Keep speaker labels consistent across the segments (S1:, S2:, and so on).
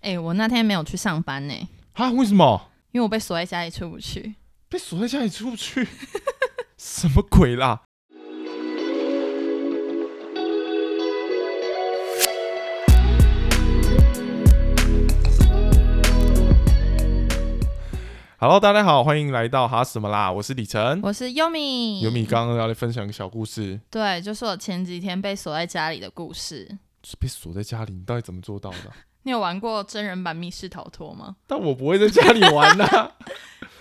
S1: 哎、我那天没有去上班呢、
S2: 啊？为什么
S1: 因为我被锁在家里出不去。
S2: 被锁在家里出 不去？什么鬼啦？Hello，大家好，欢迎来到哈什么啦？我是李晨。
S1: 我是优米，
S2: 尤米刚刚要来分享个小故事，
S1: 对，就是我前几天被锁在家里的故事。
S2: 被锁在家里，你到底怎么做 到的啊？
S1: 你有玩过真人版密室逃脱吗？
S2: 但我不会在家里玩啊呐、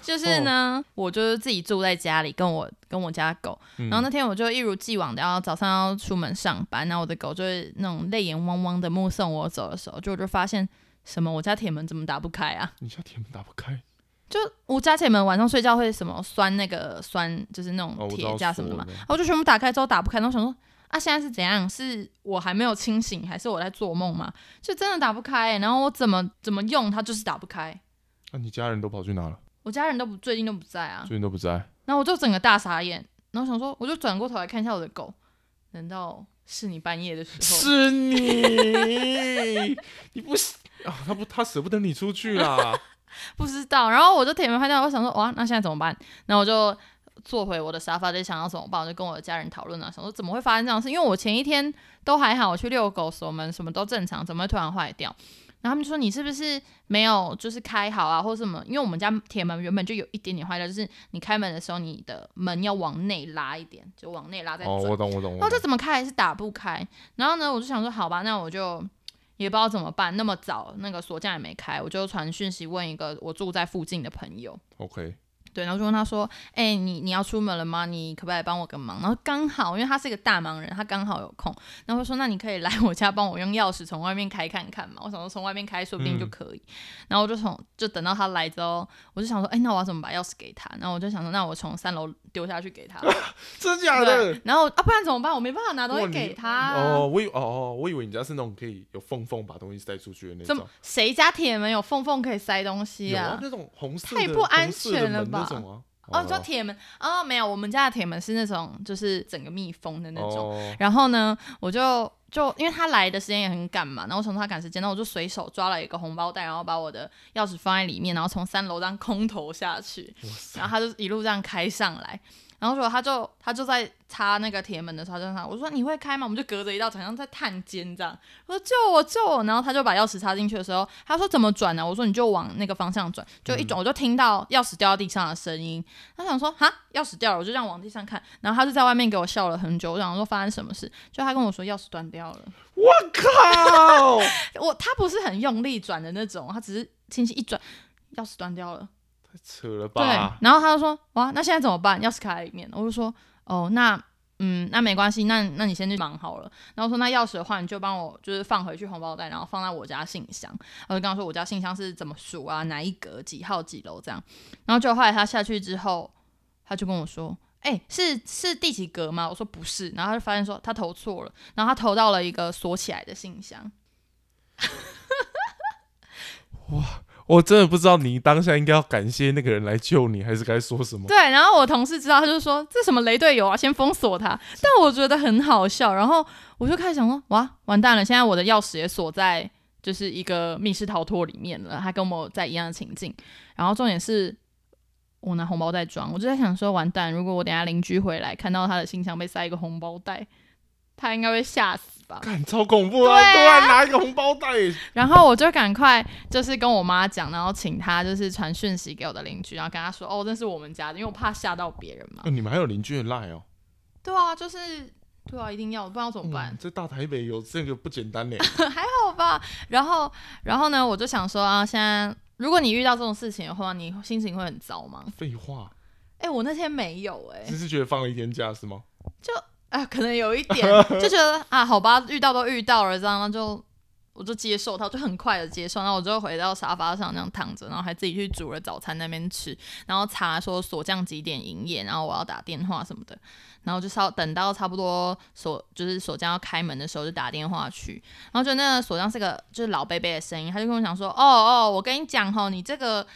S1: 就是
S2: 哦
S1: 呢，我就是自己住在家里，跟我跟我家狗。
S2: 嗯
S1: 然后那天我就一如既往的要早上要出门上班，然后我的狗就是那种泪眼汪汪的目送我走的时候，就我就发现什么，我家铁门怎么打不开啊？
S2: 你家铁门打不开，
S1: 就我家铁门晚上睡觉会什么栓那个栓，就是那
S2: 哦
S1: 种
S2: 我
S1: 嗯
S2: 知
S1: 铁
S2: 道
S1: 架什么的
S2: 锁
S1: 嘛，
S2: 的
S1: 然后我就全部打开之后打不开，然后想说啊，现在是怎样？是我还没有清醒，还是我在做梦吗？就真的打不开、欸然后我怎么怎么用它就是打不开，
S2: 那、你家人都跑去哪了？
S1: 我家人都不最近都不在啊
S2: 最，近都不在。
S1: 然后我就整个大傻眼，然后想说我就转过头来看一下我的狗，难道是你半夜的时候？
S2: 是你，你不 是啊？他不，他舍不得你出去啦。
S1: 不知道。然后我就铁门坏掉，我想说哇，那现在怎么办？然后我就坐回我的沙发，就想要怎么办，我就跟我的家人讨论啊，想说怎么会发生这样的事？因为我前一天都还好，我去遛狗、锁门什么都正常，怎么会突然坏掉？然后他们就说你是不是没有就是开好啊，或什么？因为我们家铁门原本就有一点点坏掉，就是你开门的时候，你的门要往内拉一点，就往内拉再
S2: 哦，
S1: 转。
S2: 我懂，我懂，
S1: 然后
S2: 我
S1: 这
S2: 懂。
S1: 怎么开还是打不开。然后呢，我就想说，好吧，那我就也不知道怎么办。那么早，那个锁匠也没开，我就传讯息问一个我住在附近的朋友，
S2: OK，
S1: 对，然后就问他说：“哎、你你要出门了吗？你可不可以来帮我个忙？”然后刚好，因为他是一个大忙人，他刚好有空，然后我说：“那你可以来我家帮我用钥匙从外面开看看嘛？”我想说从外面开说不定就可以。然后我就从就等到他来之后，我就想说：“哎、那我要怎么把钥匙给他？”然后我就想说：“那我从三楼丢下去给他。”
S2: 真假
S1: 对
S2: 的？，
S1: 然后啊，不然怎么办？我没办法拿东
S2: 哇
S1: 西
S2: 你
S1: 给他啊、
S2: 哦，我以哦哦，我以为你家是那种可以有缝缝把东西塞出去的那
S1: 怎么
S2: 种，
S1: 谁家铁门有缝缝可以塞东西
S2: 有啊
S1: 啊，？
S2: 那种红色
S1: 太
S2: 的
S1: 不安
S2: 红色的
S1: 全了
S2: 门
S1: 吧
S2: 那种啊。
S1: 哦，你说铁门哦，没有，我们家的铁门是那种就是整个密封的那种。
S2: 哦
S1: 然后呢，我就就因为他来的时间也很赶嘛，然后我想说他赶时间，那我就随手抓了一个红包袋，然后把我的钥匙放在里面，然后从三楼这样空投下去，
S2: 哇塞
S1: 然后他就一路这样开上来。然后说他就他就在擦那个铁门的时候，他就他我说你会开吗？我们就隔着一道墙，像在探监这样。我说救我救我！然后他就把钥匙插进去的时候，他说怎么转呢、我说你就往那个方向转，就一转我就听到钥匙掉到地上的声音。他想说哈钥匙掉了，我就这样往地上看。然后他就在外面给我笑了很久，我想说发生什么事？就他跟我说钥匙断掉了。
S2: 我靠！
S1: 我他不是很用力转的那种，他只是轻轻一转，钥匙断掉了。
S2: 太扯了
S1: 对
S2: 吧，？
S1: 然后他就说：“哇，那现在怎么办？钥匙卡在里面。”我就说：“哦，那嗯，那没关系，那那你先去忙好了。”然后说：“那钥匙的话，你就帮我就是放回去红包袋，然后放在我家信箱。”我就跟他说：“我家信箱是怎么数啊？哪一格几号几楼这样。”然后就后来他下去之后，他就跟我说。哎、是是第几格吗？我说不是，然后他就发现说他投错了，然后他投到了一个锁起来的信箱。
S2: 我真的不知道你当下应该要感谢那个人来救你，还是该说什么。
S1: 对，然后我同事知道，他就说这什么雷队友啊，先封锁他。但我觉得很好笑，然后我就开始想说，哇，完蛋了，现在我的钥匙也锁在就是一个密室逃脱里面了，他跟我在一样的情境。然后重点是我拿红包袋装，我就在想说，完蛋，如果我等下邻居回来看到他的信箱被塞一个红包袋，他应该会吓死吧。
S2: 看，超恐怖啊！突然拿一个红包袋，
S1: 然后我就赶快就是跟我妈讲，然后请她就是传讯息给我的邻居，然后跟她说，哦，那是我们家的，因为我怕吓到别人嘛。
S2: 哦你们还有邻居的赖哦。
S1: 对啊，就是对啊，一定要，不然我怎么
S2: 哇
S1: 办？
S2: 嗯这大台北有这个不简 单嘞。
S1: 好吧，然后然后呢，我就想说啊，现在如果你遇到这种事情的话，你心情会很糟吗？
S2: 废话，
S1: 哎、我那天没有哎、
S2: 只是觉得放了一天假是吗？
S1: 啊，可能有一点就觉得啊，好吧，遇到都遇到了，这样那就。我就接受它，就很快的接受。然后我就回到沙发上那样躺着，然后还自己去煮了早餐那边吃，然后查说锁匠几点营业，然后我要打电话什么的。然后就稍等到差不多锁就是锁匠要开门的时候，就打电话去。然后就那个锁匠是个就是老贝贝的声音，他就跟我讲说：“哦哦，我跟你讲吼，你这个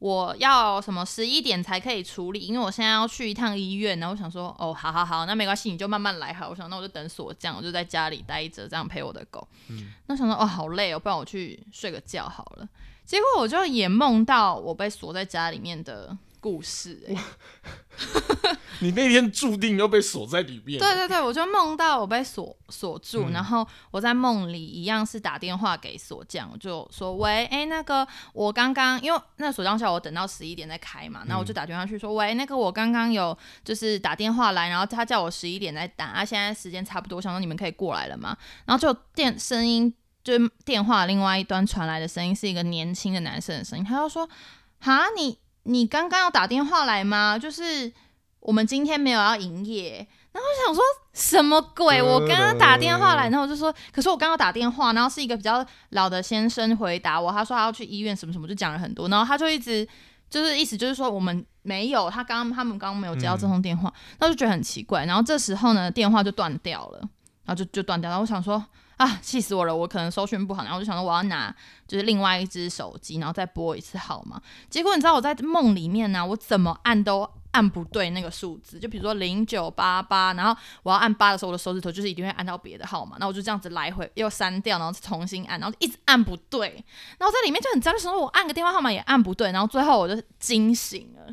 S1: 我要什么十一点才可以处理，因为我现在要去一趟医院。然后我想说，哦，好好好，那没关系，你就慢慢来好。我想，那我就等锁匠，我就在家里待着，这样陪我的狗。
S2: 嗯
S1: 那我想说，哦，好累哦，不然我去睡个觉好了。结果我就也梦到我被锁在家里面的故事、欸，
S2: 你那天注定要被锁在里面。
S1: 对对对，我就梦到我被锁锁住，
S2: 嗯
S1: 然后我在梦里一样是打电话给锁匠，我就说喂，哎、那个我刚刚因为那锁匠叫我等到十一点再开嘛，然后我就打电话去说喂，那个我刚刚有就是打电话来，然后他叫我十一点再打，啊，现在时间差不多，我想说你们可以过来了嘛，然后就电声音就是电话另外一端传来的声音是一个年轻的男生的声音，他就说哈你你刚刚要打电话来吗？就是。我们今天没有要营业，我想说什么鬼？我刚刚打电话来，然后我就说，可是我刚刚打电话，然后是一个比较老的先生回答我，他说他要去医院什么什么，就讲了很多，然后他就一直就是意思就是说我们没有，他刚他们刚刚没有接到这通电话，那、我就觉得很奇怪。然后这时候呢，电话就断掉了，然后就就断掉了。然后我想说啊，气死我了，我可能搜寻不好，然后我就想说我要拿就是另外一只手机，然后再拨一次号码。结果你知道我在梦里面呢、我怎么按都按不对那个数字，就比如说零九八八，然后我要按八的时候，我的手指头就是一定会按到别的号码，那我就这样子来回又删掉，然后重新按，然后一直按不对，然后在里面就很焦虑，想说我按个电话号码也按不对，然后最后我就惊醒了，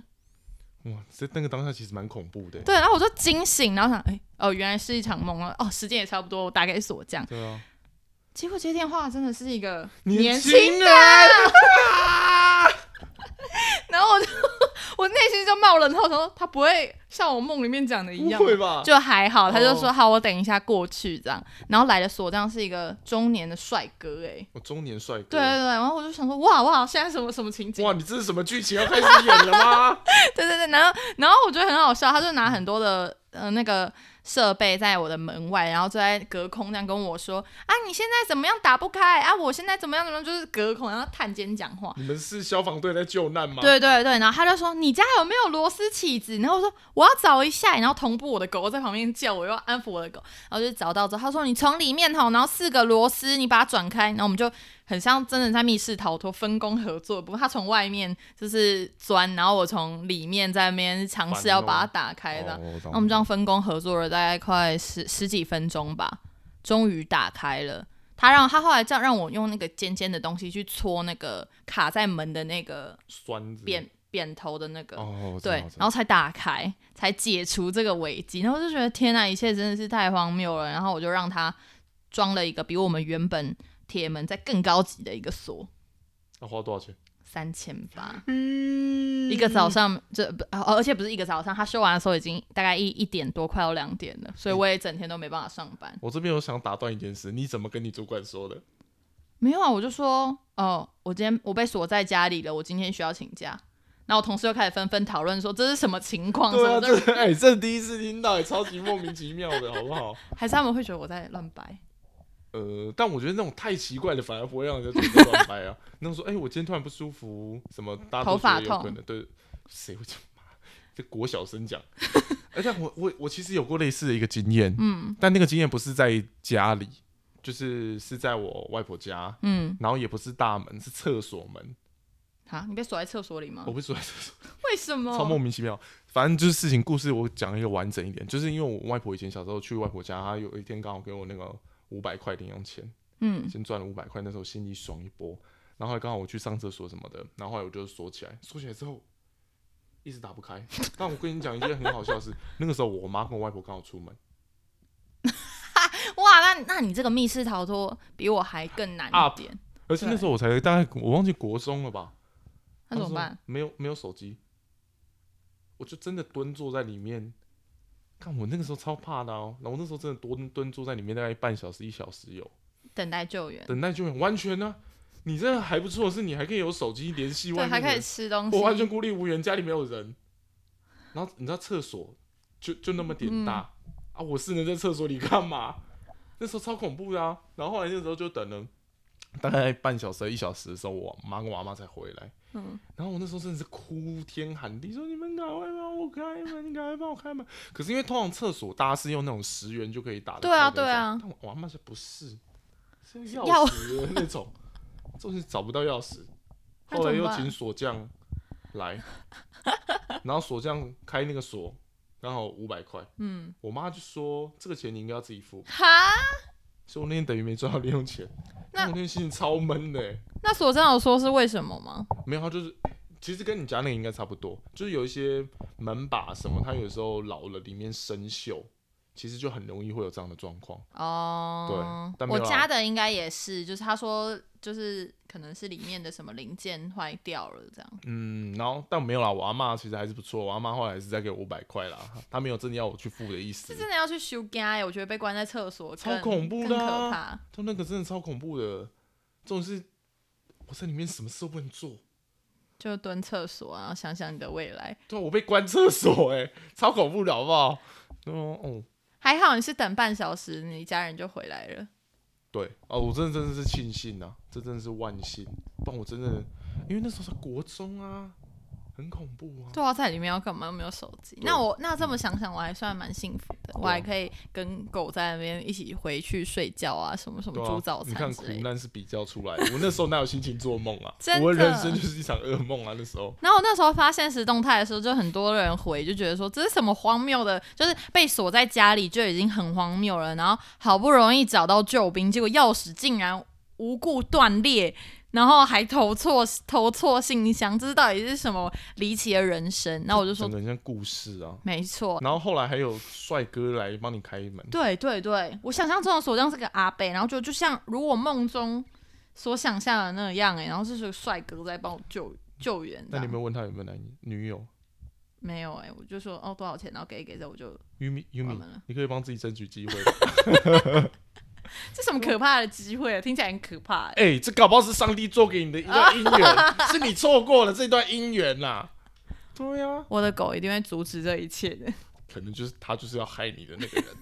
S2: 哇，这那个当下其实蛮恐怖的。
S1: 对，然后我就惊醒，然后想，哎、哦，原来是一场梦了，哦，时间也差不多，我打给锁匠，
S2: 对啊，
S1: 结果接电话真的是一个
S2: 轻
S1: 轻
S2: 人啊，
S1: 然后我就我内心就冒冷汗，我说他不会像我梦里面讲的一
S2: 不
S1: 样吧，
S2: 会吧？
S1: 就还好，他就说、
S2: 哦
S1: 好，我等一下过去这样。然后来的锁匠是一个中年的帅哥、哎，
S2: 我哦中年帅哥。
S1: 对对对，然后我就想说哇哇，现在什么什么情景
S2: 哇，？你这是什么剧情要开始演了吗？
S1: 对对对，然后然后我觉得很好笑，他就拿很多的呃那个设备在我的门外，然后就在隔空这样跟我说啊，你现在怎么样打不开啊？我现在怎么样怎么样，就是隔空然后探监讲话。
S2: 你们是消防队在救难吗？，
S1: 对对对，然后他就说你家有没有螺丝起子？然后我说我要找一下，然后同步我的狗在旁边叫，我又要安抚我的狗，然后就找到之后，他说你从里面吼，然后四个螺丝你把它转开，然后我们就很像真的在密室逃脱分工合作，不过他从外面就是钻，然后我从里面在那边尝试要把它打开的，
S2: 哦
S1: 那我们这样分工合作了大概快十十几分钟吧，终于打开了。他让他后来这样让我用那个尖尖的东西去戳那个卡在门的那个
S2: 酸子
S1: 扁扁头的那个，
S2: 嗯哦，我知道
S1: 对，然后才打开，才解除这个危机。然后我就觉得天呐，一切真的是太荒谬了。然后我就让他装了一个比我们原本铁门在更高级的一个锁，
S2: 要花多少钱？
S1: 三千八。
S2: 嗯
S1: 一个早上，这不，哦而且不是一个早上，他修完的时候已经大概一一点多，快要两点了，所以我也整天都没办法上班。
S2: 我这边有想打断一件事，你怎么跟你主管说的？
S1: 没有啊，我就说，哦，我今天我被锁在家里了，我今天需要请假。然后我同事又开始纷纷讨论说这是什么情况，什
S2: 对啊，
S1: 么的，
S2: 这哎，这第一次听到，也哎超级莫名其妙的，好不好？
S1: 还是他们会觉得我在乱掰。
S2: 呃，但我觉得那种太奇怪的反而不会让人家觉得乱掰啊。那种说，哎、我今天突然不舒服，什么大家都
S1: 头发
S2: 觉得有可
S1: 痛
S2: 能，对，谁会这么骂这国小生讲？ 而且我我我其实有过类似的一个经验，嗯，但那个经验不是在家里，就是是在我外婆家，
S1: 嗯，
S2: 然后也不是大门，是厕所门。
S1: 啊，你被锁在厕所里吗
S2: 我？不是说在厕所，
S1: 为什么？
S2: 超莫名其妙。反正就是事情故事，我讲一个完整一点，就是因为我外婆以前小时候去外婆家，她有一天刚好给我那个五百块零用钱。
S1: 嗯
S2: 先赚了五百块，那时候心里爽一波。然后后来刚好我去上厕所什么的，然后后来我就锁起来，锁起来之后一直打不开。 但我跟你讲一件很好笑的事，那个时候我妈跟我外婆刚好出门
S1: 哇，那那你这个密室逃脱比我还更难一
S2: Up
S1: 点，
S2: 而且那时候我才大概我忘记国中了吧？
S1: 那怎么
S2: 时
S1: 办？
S2: 候没有没有手机，我就真的蹲坐在里面。看我那个时候超怕的哦、然后我那时候真的蹲蹲坐在里面大概半小时一小时有，
S1: 等待救援，
S2: 等待救援完全呢、你这还不错的是，你还可以有手机联系外
S1: 对，
S2: 面的
S1: 还
S2: 人，
S1: 可以吃东西嗯
S2: 我，完全孤立无援，家里没有人。然后你知道厕所就就那么点大、
S1: 嗯
S2: 啊，我是能在厕所里干嘛？那时候超恐怖的啊。然后后来那时候就等了大概半小时、一小时的时候，我妈跟我阿妈才回来。
S1: 嗯，
S2: 然后我那时候真的是哭天喊地，说你们赶快帮我开门，你赶快帮我开门。可是因为通常厕所大家是用那种十元就可以打的，
S1: 对啊对啊
S2: 但我我阿妈说不是，是钥
S1: 钥
S2: 匙的那种，就是找不到钥匙。
S1: 那
S2: 后来
S1: 怎么
S2: 又
S1: 办
S2: 请锁匠，来，然后锁匠开那个锁，刚好五百块，
S1: 嗯，
S2: 我妈就说这个钱你应该要自己付，
S1: 哈，
S2: 所以我那天等于没赚到零用钱，
S1: 那
S2: 我那天心情超闷的欸、
S1: 那所长有说是为什么吗？
S2: 没有，他就是其实跟你家那个应该差不多，就是有一些门把什么，它有时候老了里面生锈，其实就很容易会有这样的状况。
S1: 哦
S2: 对，但没
S1: 我
S2: 有啦
S1: 家的应该也是，就是他说就是可能是里面的什么零件坏掉了这样。
S2: 嗯，然后但没有啦，我阿妈其实还是不错，我阿妈后来还是再给我五百块啦，她没有真的要我去付的意思
S1: 这。真的要去修家欸耶，我觉得被关在厕所
S2: 超
S1: 更
S2: 恐怖的
S1: 更
S2: 啊
S1: 可怕。
S2: 就那个真的超恐怖的，这种是我在里面什么事都不能做，
S1: 就蹲厕所啊，然后想想你的未来。
S2: 对啊、我被关厕所、欸，超恐怖的好不好？哦哦，
S1: 还好你是等半小时，你家人就回来了。
S2: 对哦，我真的真的是庆幸啊，这真的是万幸，不然我真的因为那时候是国中啊，很恐怖啊。
S1: 对啊，在里面要干嘛？又没有手机。
S2: 对
S1: 那我那这么想想，我还算蛮幸福的，我还可以跟狗在那边一起回去睡觉啊，什么什么
S2: 对
S1: 煮
S2: 啊
S1: 早
S2: 你
S1: 餐
S2: 看
S1: 之
S2: 苦
S1: 类的。
S2: 难是比较出来的。我那时候哪有心情做梦啊
S1: 真？的
S2: 我的人生就是一场噩梦啊！那时候，
S1: 然后我那时候发现实动态的时候，就很多人回，就觉得说这是什么荒谬的，就是被锁在家里就已经很荒谬了，然后好不容易找到救兵，结果钥匙竟然无故断裂，然后还投错 投错信箱，这是到底是什么离奇的人生？那我就说
S2: 整，个很像故事啊。
S1: 没错，
S2: 然后后来还有帅哥来帮你开门，
S1: 对对对，我想象中的锁匠是个阿伯，然后就就像如我梦中所想象的那样、欸，然后是个帅哥在帮我救救援这
S2: 那
S1: 样。
S2: 你有没有问他有没有男女友
S1: 没有哎、我就说哦多少钱，然后给一给之后我就关
S2: ？Yumi Yumi，
S1: 门了。
S2: 你可以帮自己争取机会。
S1: 这什么可怕的机会啊？听起来很可怕、欸。
S2: 哎、这搞不好是上帝做给你的一段姻缘， 是你错过了这段姻缘啦。对呀、啊，
S1: 我的狗一定会阻止这一切的，
S2: 可能就是他就是要害你的 那个人。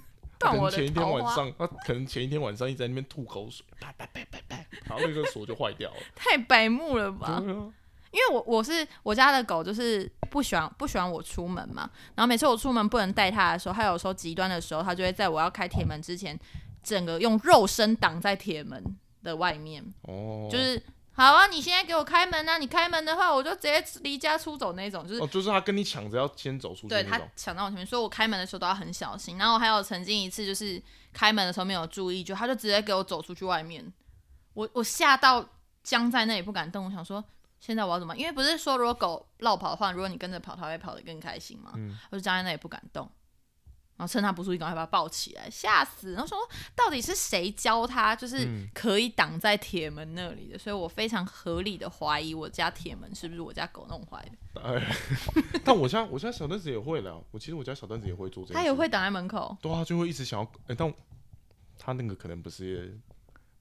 S1: 断
S2: 他可能
S1: 我的
S2: 前一天
S1: 桃
S2: 晚
S1: 花。
S2: 上，他可能前一天晚上一直在那边吐口水，啪啪啪啪啪，然后那个锁就坏掉了。
S1: 太白目了吧？
S2: 对啊，
S1: 因为我我是我家的狗，就是不喜欢不喜欢我出门嘛。然后每次我出门不能带它的时候，它有时候极端的时候，它就会在我要开铁门之前，整个用肉身挡在铁门的外面，
S2: 哦，
S1: 就是好啊，你现在给我开门啊！你开门的话，我就直接离家出走那种，就是
S2: 哦，就是他跟你抢着要先走出去
S1: 对
S2: 那
S1: 他
S2: 种。
S1: 抢到我前面，所以我开门的时候都要很小心。然后我还有曾经一次就是开门的时候没有注意，就他就直接给我走出去外面，我我吓到僵在那里不敢动。我想说现在我要怎么办？因为不是说如果狗绕跑的话，如果你跟着跑，它会跑得更开心嘛。
S2: 嗯
S1: 我就僵在那里不敢动。然后趁他不注意，赶快把他抱起来，吓死！然后说到底是谁教他，就是
S2: 嗯
S1: 可以挡在铁门那里的？所以我非常合理的怀疑，我家铁门是不是我家狗弄坏的？
S2: 哎，但我家我家小凳子也会了，我其实我家小凳子也会做这个，
S1: 它也，会挡在门口，
S2: 对啊，就会一直想要，哎、但他那个可能不是，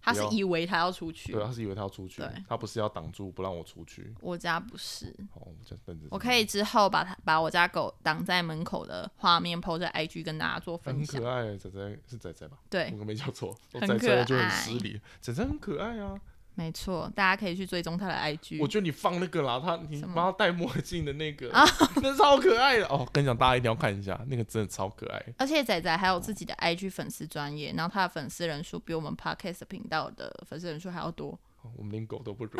S1: 它是
S2: 不要
S1: 以为它要出去。
S2: 对，他啊是以为他要出去
S1: 对，
S2: 他不是要挡住不让我出去。
S1: 我家不是，
S2: 哦，我家凳子，
S1: 我可以，之后把它把我家狗挡在门口的画面 PO 在 IG 跟大家做
S2: 哎很
S1: 分享
S2: 可。爱，仔仔是仔仔吧？我
S1: 对，
S2: 可没叫错，我
S1: 很
S2: 仔
S1: 可
S2: 仔就很
S1: 爱
S2: 失礼，仔仔很可爱啊。
S1: 没错，大家可以去追踪它的
S2: 我
S1: IG。
S2: 觉得你放那个啦，他
S1: 嗯
S2: 你
S1: 什么啊
S2: 帮他戴墨镜的那个， 那超可爱的哦。跟你讲，大家一定要看一下，那个真的超可爱。
S1: 而且仔仔还有自己的 IG 粉丝专业，然后他的粉丝人数比我们 Podcast 频道的粉丝人数还要多。
S2: 哦我们连狗都 不如。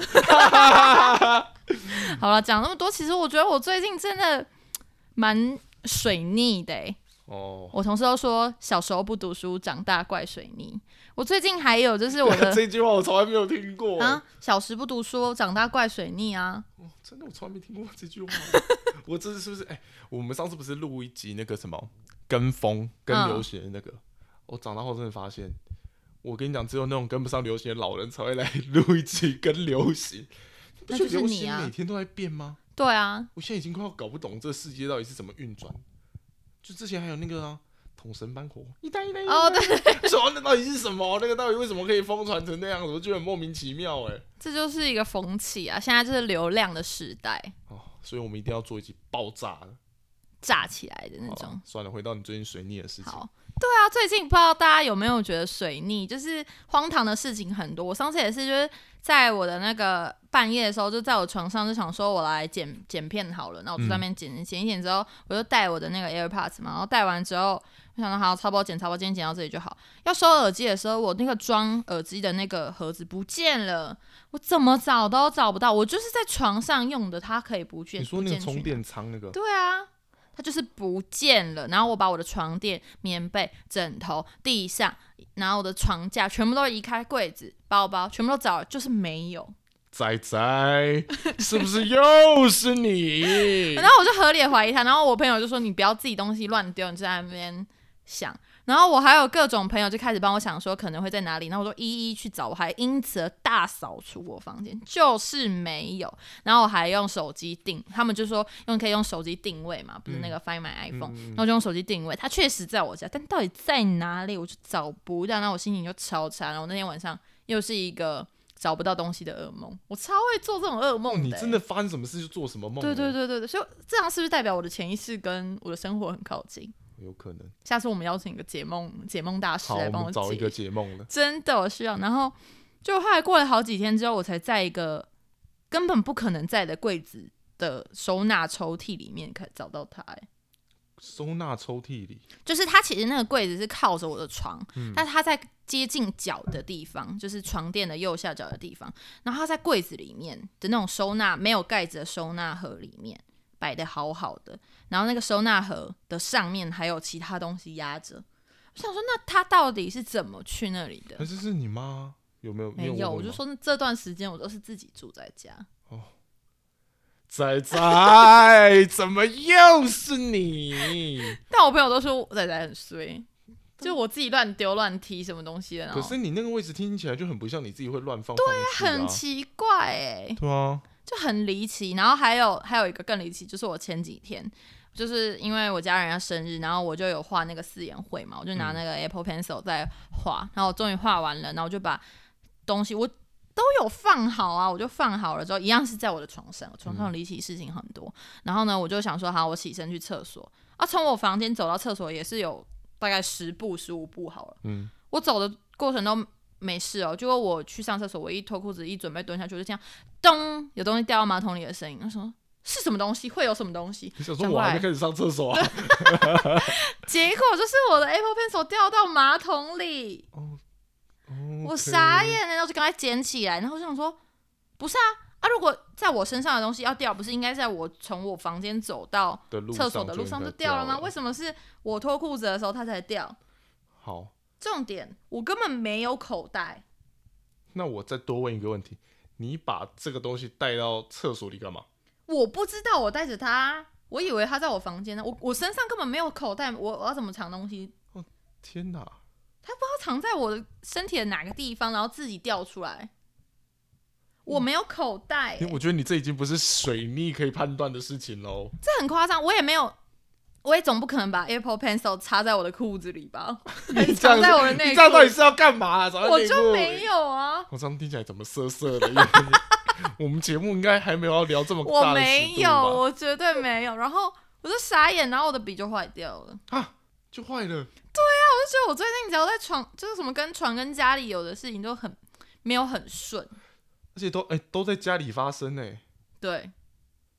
S2: 嗯
S1: 好了，讲那么多，其实我觉得我最近真的蛮水逆的、欸。
S2: 哦，
S1: 我同事都说小时候不读书，长大怪水逆。我最近还有就是我的
S2: 这句话我从来没有听过、
S1: 啊，小时不读书，长大怪水逆啊。
S2: 哦真的我从来没听过这句话。 我这是不是？哎、我们上次不是录一集那个什么跟风跟
S1: 嗯
S2: 流行的那个？我长大后真的发现，我跟你讲，只有那种跟不上流行的老人才会来录一集跟流行。不
S1: 那
S2: 觉得
S1: 就是
S2: 流
S1: 你
S2: 行
S1: 啊
S2: 每天都在变吗？
S1: 对啊，
S2: 我现在已经快要搞不懂这世界到底是怎么运转。就之前还有那个啊，统神班火，一代一代一代
S1: 哦
S2: 对， 什么那到底是什么？那个到底为什么可以疯传成那样子？我觉得很莫名其妙哎、
S1: 这就是一个风气啊！现在就是流量的时代，
S2: 哦，所以我们一定要做一集爆炸的
S1: 炸起来的那
S2: 好
S1: 种
S2: 了。算了，回到你最近水逆的事情。
S1: 好，对啊，最近不知道大家有没有觉得水逆，就是荒唐的事情很多。我上次也是，就是在我的那个半夜的时候，就在我床上就想说，我来剪剪片好了。那我就在那边剪、剪一剪之后，我就带我的那个 AirPods 嘛，然后带完之后，我想说好，差不多剪，差不多今天剪到这里就好。要收耳机的时候，我那个装耳机的那个盒子不见了，我我怎么找都找不到，我就是在床上用的，它可以不见。
S2: 你说那个
S1: 不见去
S2: 充
S1: 哪
S2: 电仓那个，
S1: 对啊，它就是不见了。然后我把我的床垫、棉被、枕头、地上，然后我的床架全部都移开，柜子、包包全部都找了，就是没有。
S2: 仔仔是不是又是 你？
S1: 然后我就合理地怀疑他，然后我朋友就说：“你不要自己东西乱丢，你就在那边想。”然后我还有各种朋友就开始帮我想说可能会在哪里，然后我就一一去找，我还因此而大扫除我房间，就是没有。然后我还用手机定，他们就说用可以用手机定位嘛，不是那个 Find My
S2: 嗯
S1: iPhone，、然后我就用手机定位，它确实在我家，但到底在哪里我就找不到，然后我心情就超差。然后那天晚上又是一个找不到东西的噩梦，我超会做这种噩梦
S2: 哦，
S1: 的欸、
S2: 你真的发生什么事就做什么梦？
S1: 对对，对对对，所以这样是不是代表我的潜意识跟我的生活很靠近？
S2: 有可能。
S1: 下次我们邀请一个解梦解梦大师
S2: 好，
S1: 来
S2: 我
S1: 帮
S2: 们找一
S1: 解
S2: 个，解梦的。
S1: 真的我需要。然后就后来过了好几天之后，我才在一个根本不可能在的柜子的收纳抽屉里面可找到它、欸。
S2: 收纳抽屉里，
S1: 就是它其实那个柜子是靠着我的床，
S2: 嗯
S1: 但是它在接近脚的地方，就是床垫的右下角的地方。然后它在柜子里面的那种收纳没有盖子的收纳盒里面摆的好好的，然后那个收纳盒的上面还有其他东西压着。我想说，那他到底是怎么去那里的
S2: 那？这是你妈有没有？你
S1: 没有，
S2: 问
S1: 我就
S2: 吗
S1: 说这段时间我都是自己住在家。
S2: 仔仔，怎么又 是你？
S1: 但我朋友都说我仔仔很衰，就我自己乱丢乱踢什么东西的，然
S2: 可
S1: 后
S2: 是你那个位置听起来就很不像你自己会乱放放弃啊
S1: 很奇怪哎、
S2: 对啊，
S1: 就很离奇。然后还有还有一个更离奇，就是我前几天。就是因为我家人要生日，然后我就有画那个四眼会嘛，我就拿那个 Apple Pencil 在画，然后我终于画完了，然后我就把东西我都有放好啊，我就放好了之后，一样是在我的床上，我床上离奇事情很多。然后呢，我就想说，好，我起身去厕所啊，从我房间走到厕所也是有大概十步十五步好了，
S2: 嗯，
S1: 我走的过程都没事哦，结果我去上厕所，我一脱裤子，一准备蹲下去，我就这样，咚，有东西掉到马桶里的声音。我想说是什么东西？会有什么东西？
S2: 你想说我还没开始上厕所啊？
S1: 结果就是我的 Apple Pencil 掉到马桶里， 我傻
S2: OK。
S1: 眼了，然后就赶快捡起来，然后我就想说，不是啊。啊！如果在我身上的东西要掉，不是应该在我从我房间走到
S2: 的路
S1: 厕所的路上就
S2: 就
S1: 掉了吗？为
S2: 为
S1: 什么是我脱裤子的时候它才掉？
S2: 好，
S1: 重点，我根本没有口袋，
S2: 那我再多问一个问题：你把这个东西带到厕所里干嘛？
S1: 我不知道我带着它，我以为它在我房间呢。我我身上根本没有口袋，我我要怎么藏东西？
S2: 天哪！
S1: 它藏在我的身体的哪个地方，然后自己掉出来。我没有口袋、
S2: 因为
S1: 欸
S2: 我觉得你这已经不是水逆可以判断的事情喽。
S1: 这很夸张。我也没有，我也总不可能把 Apple Pencil 插在我的裤子里吧？
S2: 你这样
S1: 藏
S2: 子
S1: 在我的
S2: 你
S1: 内
S2: 这样到底
S1: 裤，
S2: 是要干嘛、啊？找到
S1: 我
S2: 内
S1: 就
S2: 裤
S1: 没。有 啊，
S2: 我这样听起来怎么涩涩的？因为我们节目应该还没有要聊这么
S1: 我
S2: 大的尺
S1: 没
S2: 度
S1: 有，
S2: 吧
S1: 我绝对没有。然后我就傻眼，然后我的笔就坏掉了。
S2: 啊，就坏了。
S1: 所以我最近只要在床，就是什么跟床跟家里有的事情都很没有很顺，
S2: 而且都哎、都在家里发生哎、
S1: 对，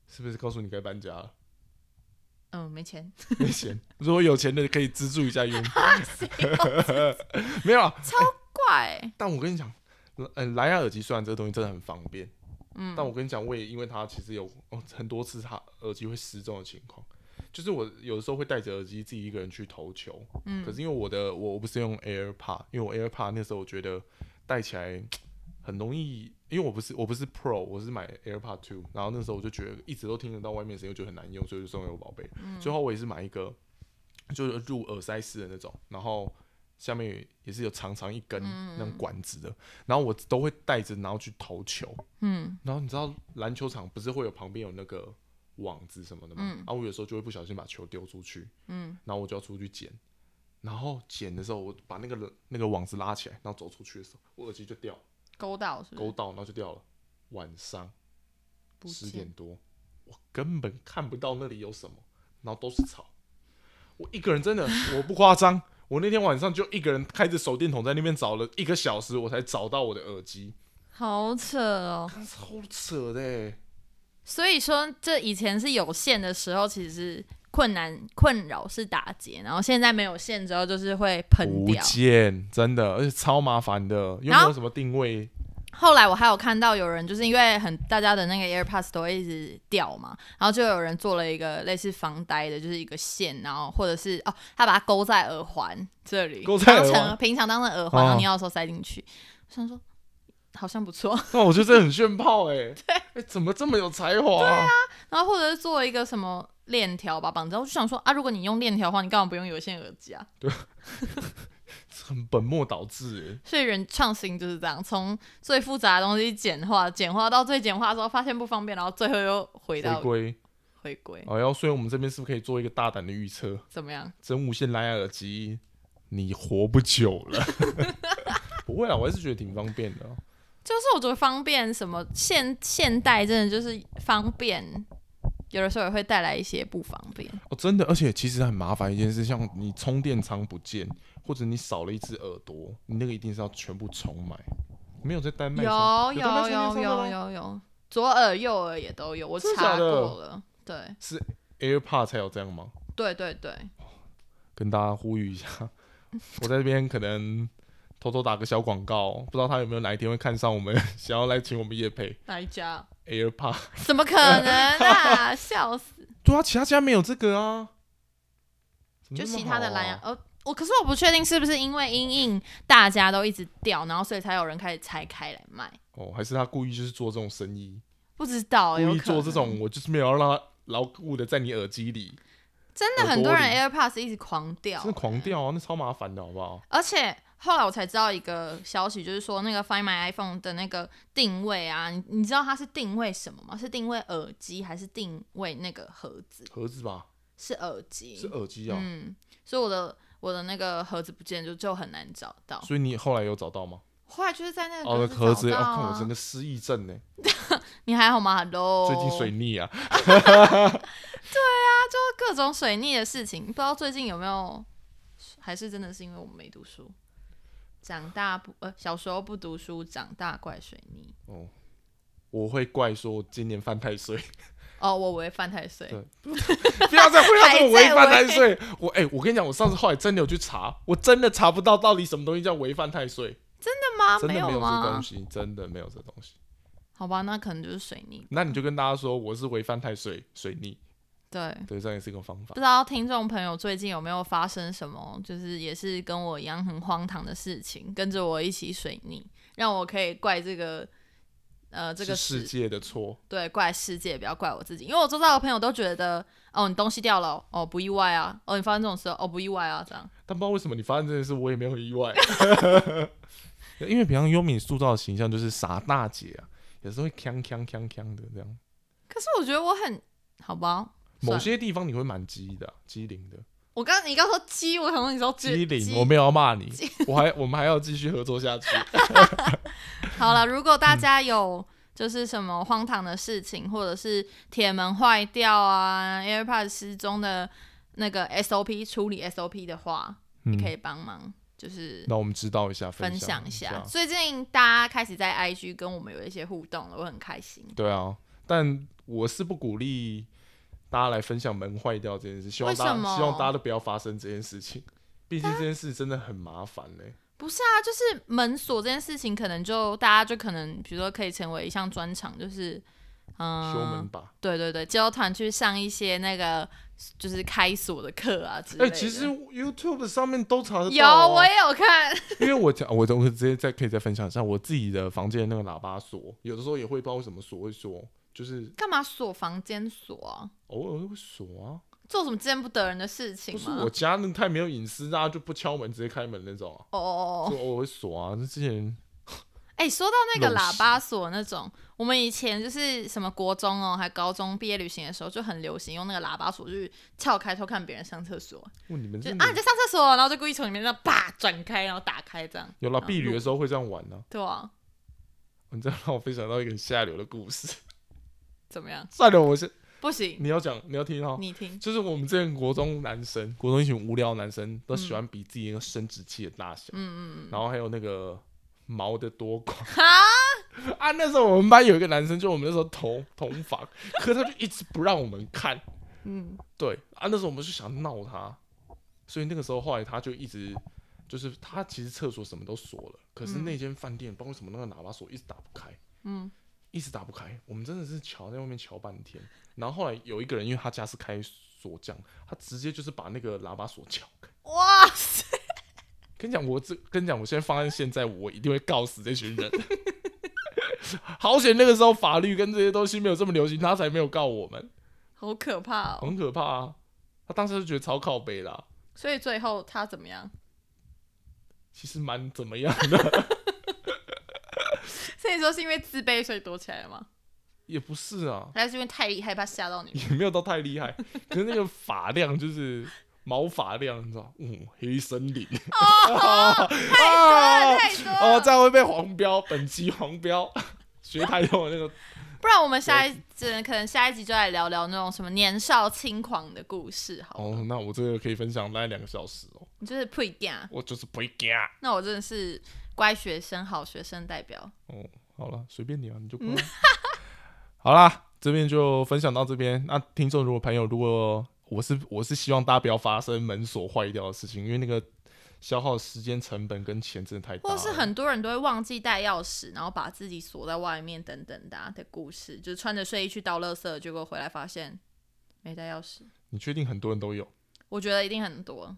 S2: 是不是告诉你该搬家了？
S1: 嗯，没钱，
S2: 没钱， 如果有钱的可以资助一下用。没有啊，
S1: 怪欸、
S2: 但我跟你讲，嗯、蓝牙耳机虽然这个东西真的很方便，
S1: 嗯
S2: 但我跟你讲，我也因为它其实有、 哦、很多次它耳机会失踪的情况，就是我有的时候会戴着耳机自己一个人去投球，
S1: 嗯
S2: 可是因为我的我我不是用 AirPod，因为我 AirPod 那时候我觉得戴起来很容易，因为我不是我不是 Pro，我是买 AirPod Two，然后那时候我就觉得一直都听得到外面的声音，我觉得很难用，所以就送给我宝贝。
S1: 嗯
S2: 最后我也是买一个就是入耳塞式的那种，然后下面也也是有长长一
S1: 嗯
S2: 根那种管子的，然后我都会带着然后去投球，
S1: 嗯
S2: 然后你知道篮球场不是会有旁边有那个网子什么的吗？啊，我有时候就会不小心把球丢出去，
S1: 嗯，
S2: 然后我就要出去捡，然后捡的时候我把那个那个网子拉起来，然后走出去的时候，我耳机就掉了，
S1: 勾到是不
S2: 勾
S1: 是？
S2: 到，然后就掉了。晚上
S1: 不
S2: 十
S1: 见
S2: 点多，我根本看不到那里有什么，然后都是草。我一个人真的，我不夸张， 我那天晚上就一个人开着手电筒在那边找了一个小时，我才找到我的耳机，
S1: 好扯哦。
S2: 干超扯的、欸。
S1: 所以说，这以前是有线的时候，其实困难困扰是打结，然后现在没有线之后，就是会喷
S2: 不
S1: 掉。
S2: 见，真的，而且超麻烦的，又没
S1: 然后
S2: 有什么定位。
S1: 后来我还有看到有人，就是因为很大家的那个 AirPods 都会一直掉嘛，然后就有人做了一个类似防呆的，就是一个线，然后或者是哦，他把它勾在耳环这里，
S2: 勾在耳
S1: 当
S2: 环
S1: 成平常当成耳环，然
S2: 哦
S1: 后你要的时候塞进去。我想说，好像不错。
S2: 那我觉得这很炫炮哎、欸，哎、怎么这么有才华、啊？
S1: 然后或者是做一个什么链条吧绑着，我就想说啊，如果你用链条的话，你干嘛不用有线耳机啊？
S2: 很本末倒置哎、
S1: 所以人创新就是这样，从最复杂的东西简化，简化到最简化的时候发现不方便，然后最后又回
S2: 回
S1: 到
S2: 归
S1: 回归，
S2: 哦，要所以我们这边是不是可以做一个大胆的预测？
S1: 怎么样？
S2: 真无线蓝牙耳机，你活不久了。 不会啊，我还是觉得挺方便的啊、
S1: 就是我觉得方便什么现现代真的就是方便，有的时候也会带来一些不方便。
S2: 哦，真的，而且其实很麻烦一件事，像你充电仓不见，或者你少了一只耳朵，你那个一定是要全部重买。没有在丹麦
S1: 有
S2: 充有丹
S1: 有
S2: 麦充电
S1: 有
S2: 仓的
S1: 有
S2: 吗
S1: 有有，左耳右耳也都有，我
S2: 真的假
S1: 查
S2: 的
S1: 过了。对
S2: AirPod 才有这样吗？
S1: 对对对，
S2: 跟大家呼吁一下， 我在这边可能偷偷打个小广告，不知道他有没有哪一天会看上我们， 想要来请我们夜配
S1: 哪一家？
S2: AirPod。
S1: 怎么可能啊！笑 死！
S2: 对啊，其他家没有这个啊。怎么
S1: 就
S2: 那么
S1: 其他的
S2: 好
S1: 蓝牙
S2: 啊，
S1: 呃、我可是我不确定是不是因为因应大家都一直掉，然后所以才有人开始拆开来卖，
S2: 哦，还是他故意就是做这种生意，
S1: 不知道，
S2: 故
S1: 哦有
S2: 意
S1: 可
S2: 做
S1: 能
S2: 这，种，我就是没有要让它牢固的在你耳机里，
S1: 真的
S2: 耳
S1: 很
S2: 朵
S1: 多人
S2: 里
S1: AirPods 一直狂掉，
S2: 真的狂掉啊，那超麻烦的好不好？
S1: 而且后来我才知道一个消息，就是说那个 Find My iPhone 的那个定位啊，你你知道它是定位什么吗？是定位耳机还是定位那个盒子？
S2: 盒子吧，
S1: 是耳机，
S2: 是耳机啊，
S1: 嗯，所以我的我的那个盒子不见就就很难找到。
S2: 所以你后来有找到吗？
S1: 后来就是在那
S2: 哦，
S1: 个
S2: 那盒子，
S1: 找
S2: 哦，
S1: 到啊
S2: 看我整个失忆症呢，
S1: 你还好吗？Hello，
S2: 最近水逆
S1: 哦
S2: 啊，
S1: 各种水逆的事情，不知道最近有没有，还是真的是因为我们没读书，长大不呃小时候不读书，长大怪水逆。
S2: 哦，我会怪说我今年犯太岁，
S1: 哦，我为犯太岁，
S2: 对不要再回到这
S1: 还在
S2: 种违犯太
S1: 违
S2: 岁。我哎、我跟你讲，我上次后来真的有去查，我真的查不到到底什么东西叫违犯太岁，
S1: 真的吗？
S2: 真的没有这东
S1: 啊吗？
S2: 西，真的没有这东西。
S1: 好吧，那可能就是水逆。
S2: 那你就跟大家说我是违犯太岁水逆，
S1: 对，
S2: 对，这样也是一个方法
S1: 不。知道听众朋友最近有没有发生什么，就是也是跟我一样很荒唐的事情，跟着我一起水逆，让我可以怪这个呃这个
S2: 是世
S1: 事
S2: 界的错，
S1: 对，怪世界，不要怪我自己，因为我周遭的朋友都觉得，哦，你东西掉了哦，哦，不意外啊，哦，你发生这种事，哦，不意外啊，这样。
S2: 但不知道为什么你发现这件事，我也没有意外。 因为平常优米塑造的形象就是傻大姐啊，有时候会锵锵锵锵的这样。
S1: 可是我觉得我很好吧，
S2: 某
S1: 算了
S2: 些地方你会蛮机的啊、机灵的，
S1: 我刚你刚说鸡，我想说你说
S2: 机灵。我
S1: 我
S2: 没有要骂你，我还我们还要继续合作下去。
S1: 好了，如果大家有就是什么荒唐的事情，或者是铁门坏掉啊，AirPods 失踪的那个 SOP 处理 SOP 的话，
S2: 嗯
S1: 你可以帮忙，就是
S2: 那我们知道一下，
S1: 分享
S2: 享
S1: 一下
S2: 下。。
S1: 最近大家开始在 IG 跟我们有一些互动了，我很开心。
S2: 对啊，但我是不鼓励大家来分享门坏掉这件事，希望大家
S1: 为什么
S2: 希望大家都不要发生这件事情，毕竟这件事真的很麻烦嘞、
S1: 不是啊，就是门锁这件事情，可能就大家就可能，比如说可以成为一项专长，就是嗯，
S2: 修门吧。
S1: 对对对，交团去上一些那个就是开锁的课啊之类
S2: 哎、
S1: 的。
S2: 其实 YouTube 上面都查得
S1: 有
S2: 到、
S1: 我
S2: 啊，
S1: 也有看，
S2: 因为我讲，我等我直接再可以再分享一下我自己的房间的那个喇叭锁，有的时候也会不知道为什么锁会锁，就是
S1: 干嘛锁房间锁啊？
S2: 偶尔会锁啊。
S1: 做什么见不得人的事情
S2: 不是
S1: 吗？哦
S2: 我家那个太没有隐私，大家就不敲门直接开门那种啊，
S1: 哦哦
S2: 就
S1: 哦，
S2: 偶尔会锁啊。那之前
S1: 哎、说到那个
S2: 陋
S1: 喇
S2: 习
S1: 叭锁那种，我们以前就是什么国中哦，还高中毕业旅行的时候就很流行用那个喇叭锁去撬开偷看别人上厕所，
S2: 哇，你们
S1: 就
S2: 真的
S1: 啊你在上厕所，然后就故意从里面那啪转开，然后打开这 样。
S2: 有了避旅的时候会这样玩呢、啊。
S1: 对啊，
S2: 你这让我分享到一个很下流的故事。
S1: 怎么样？
S2: 算了，我是
S1: 不行，
S2: 你要讲，你要听哦。
S1: 你听。
S2: 就是我们这前国中男生，国中一群无聊男生都喜欢比自己那个生殖器的大小，
S1: 嗯嗯
S2: 然后还有那个毛的多寡
S1: 哈，
S2: 啊。那时候我们班有一个男生，就我们那时候同同房，可他就一直不让我们看。
S1: 嗯，
S2: 对啊，那时候我们就想闹他，所以那个时候后来他就一直就是他其实厕所什么都锁了，可是那间饭店、不知道为什么那个喇叭锁一直打不开，
S1: 嗯，
S2: 一直打不开。我们真的是瞧在外面瞧半天，然后后来有一个人，因为他家是开锁匠，他直接就是把那个喇叭锁撬开。
S1: 哇塞，
S2: 跟你讲，我这跟你讲，我现在放在现在，我一定会告死这群人。 好险，那个时候法律跟这些东西没有这么流行，他才没有告我们，
S1: 好可怕哦！
S2: 很可怕啊！他当时就觉得超靠背啦、
S1: 所以最后他怎么样？
S2: 其实蛮怎么样 的，
S1: 所以你说是因为自卑所以躲起来了吗？
S2: 也不是啊，
S1: 还是因为太害怕吓到你们？
S2: 也没有到太厉害，可是那个发量就是毛发量，你知道，嗯，黑森林，哦，
S1: 太多了
S2: 哦，这样会被黄标，本期黄标，学台用的那个，
S1: 不然我们下一只可能下一集就来聊聊那种什么年少轻狂的故事好了。
S2: 哦，那我这个可以分享大概两个小时哦，
S1: 你就是 pre g a
S2: 我就是不会惊，
S1: 啊那我真的是乖学生、好学生代表。
S2: 哦，好了， 随便你啊，你就
S1: 嗯
S2: 不要，好啦，这边就分享到这边，那听众如果朋友如果我是我是希望大家不要发生门锁坏掉的事情，因为那个。消耗时间、成本跟钱真的太大
S1: 或
S2: 了，
S1: 是很多人都会忘记带钥匙，然后把自己锁在外面等等的、啊、的故事，就是穿着睡衣去倒垃圾，结果回来发现没带钥匙。
S2: 你确定很多人都有？
S1: 我觉得一定很多。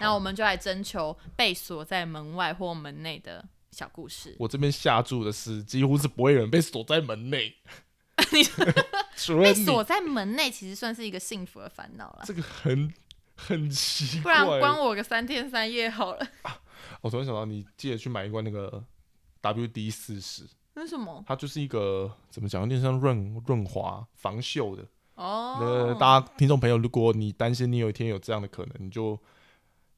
S1: 那我们就来征求被锁在门外或门内的小故事。
S2: 我这边下注的是，几乎是不会有人被锁在门内，
S1: 你
S2: 除了
S1: 被
S2: 你，
S1: 锁在门内其实算是一个幸福的烦恼了，
S2: 这个很很奇
S1: 不
S2: 怪。哦
S1: 然关我个三天三夜好了。
S2: 我突然想到，你记得去买一罐那个 WD 四十，
S1: 那什么？
S2: 它就是一个怎么讲，有点像润润滑防锈的。那
S1: 哦，
S2: 大家听众朋友，如果你担心你有一天有这样的可能，你就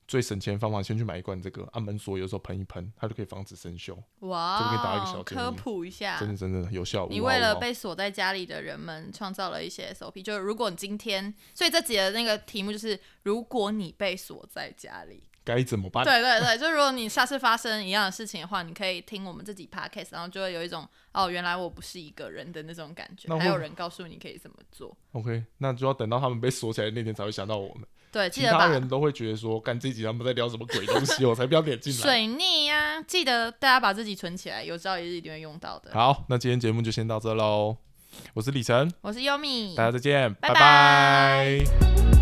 S2: 最省钱的方法，先去买一罐这个，按门锁有时候喷一喷，它就可以防止生锈。
S1: 哇，哦
S2: 这个给大家一个小建议
S1: 科普一下，
S2: 真的哦真的有效。
S1: 啊你
S2: 无毫
S1: 为了
S2: 无毫
S1: 被锁在家里的人们创造了一些 SOP，就是如果你今天，所以这集的那个题目就是如果你被锁在家里，
S2: 该怎么办？
S1: 对对对，就如果你下次发生一样的事情的话，你可以听我们这集 podcast，然后就会有一种哦，原来我不是一个人的那种感觉，
S2: 那会
S1: 还有人告诉你可以怎么做。
S2: OK，那就要等到他们被锁起来的那天才会想到我们。
S1: 对， 记
S2: 其
S1: 得
S2: 他
S1: 把
S2: 人都会觉得说，干这一集他们在聊什么鬼东西，我才不要 点进来。
S1: 水逆呀、记得大家把自己存起来，有朝一日一定会用到的。
S2: 好，那今天节目就先到这喽。我是李晨，
S1: 我是优米，
S2: 大家再见，
S1: 拜
S2: 拜拜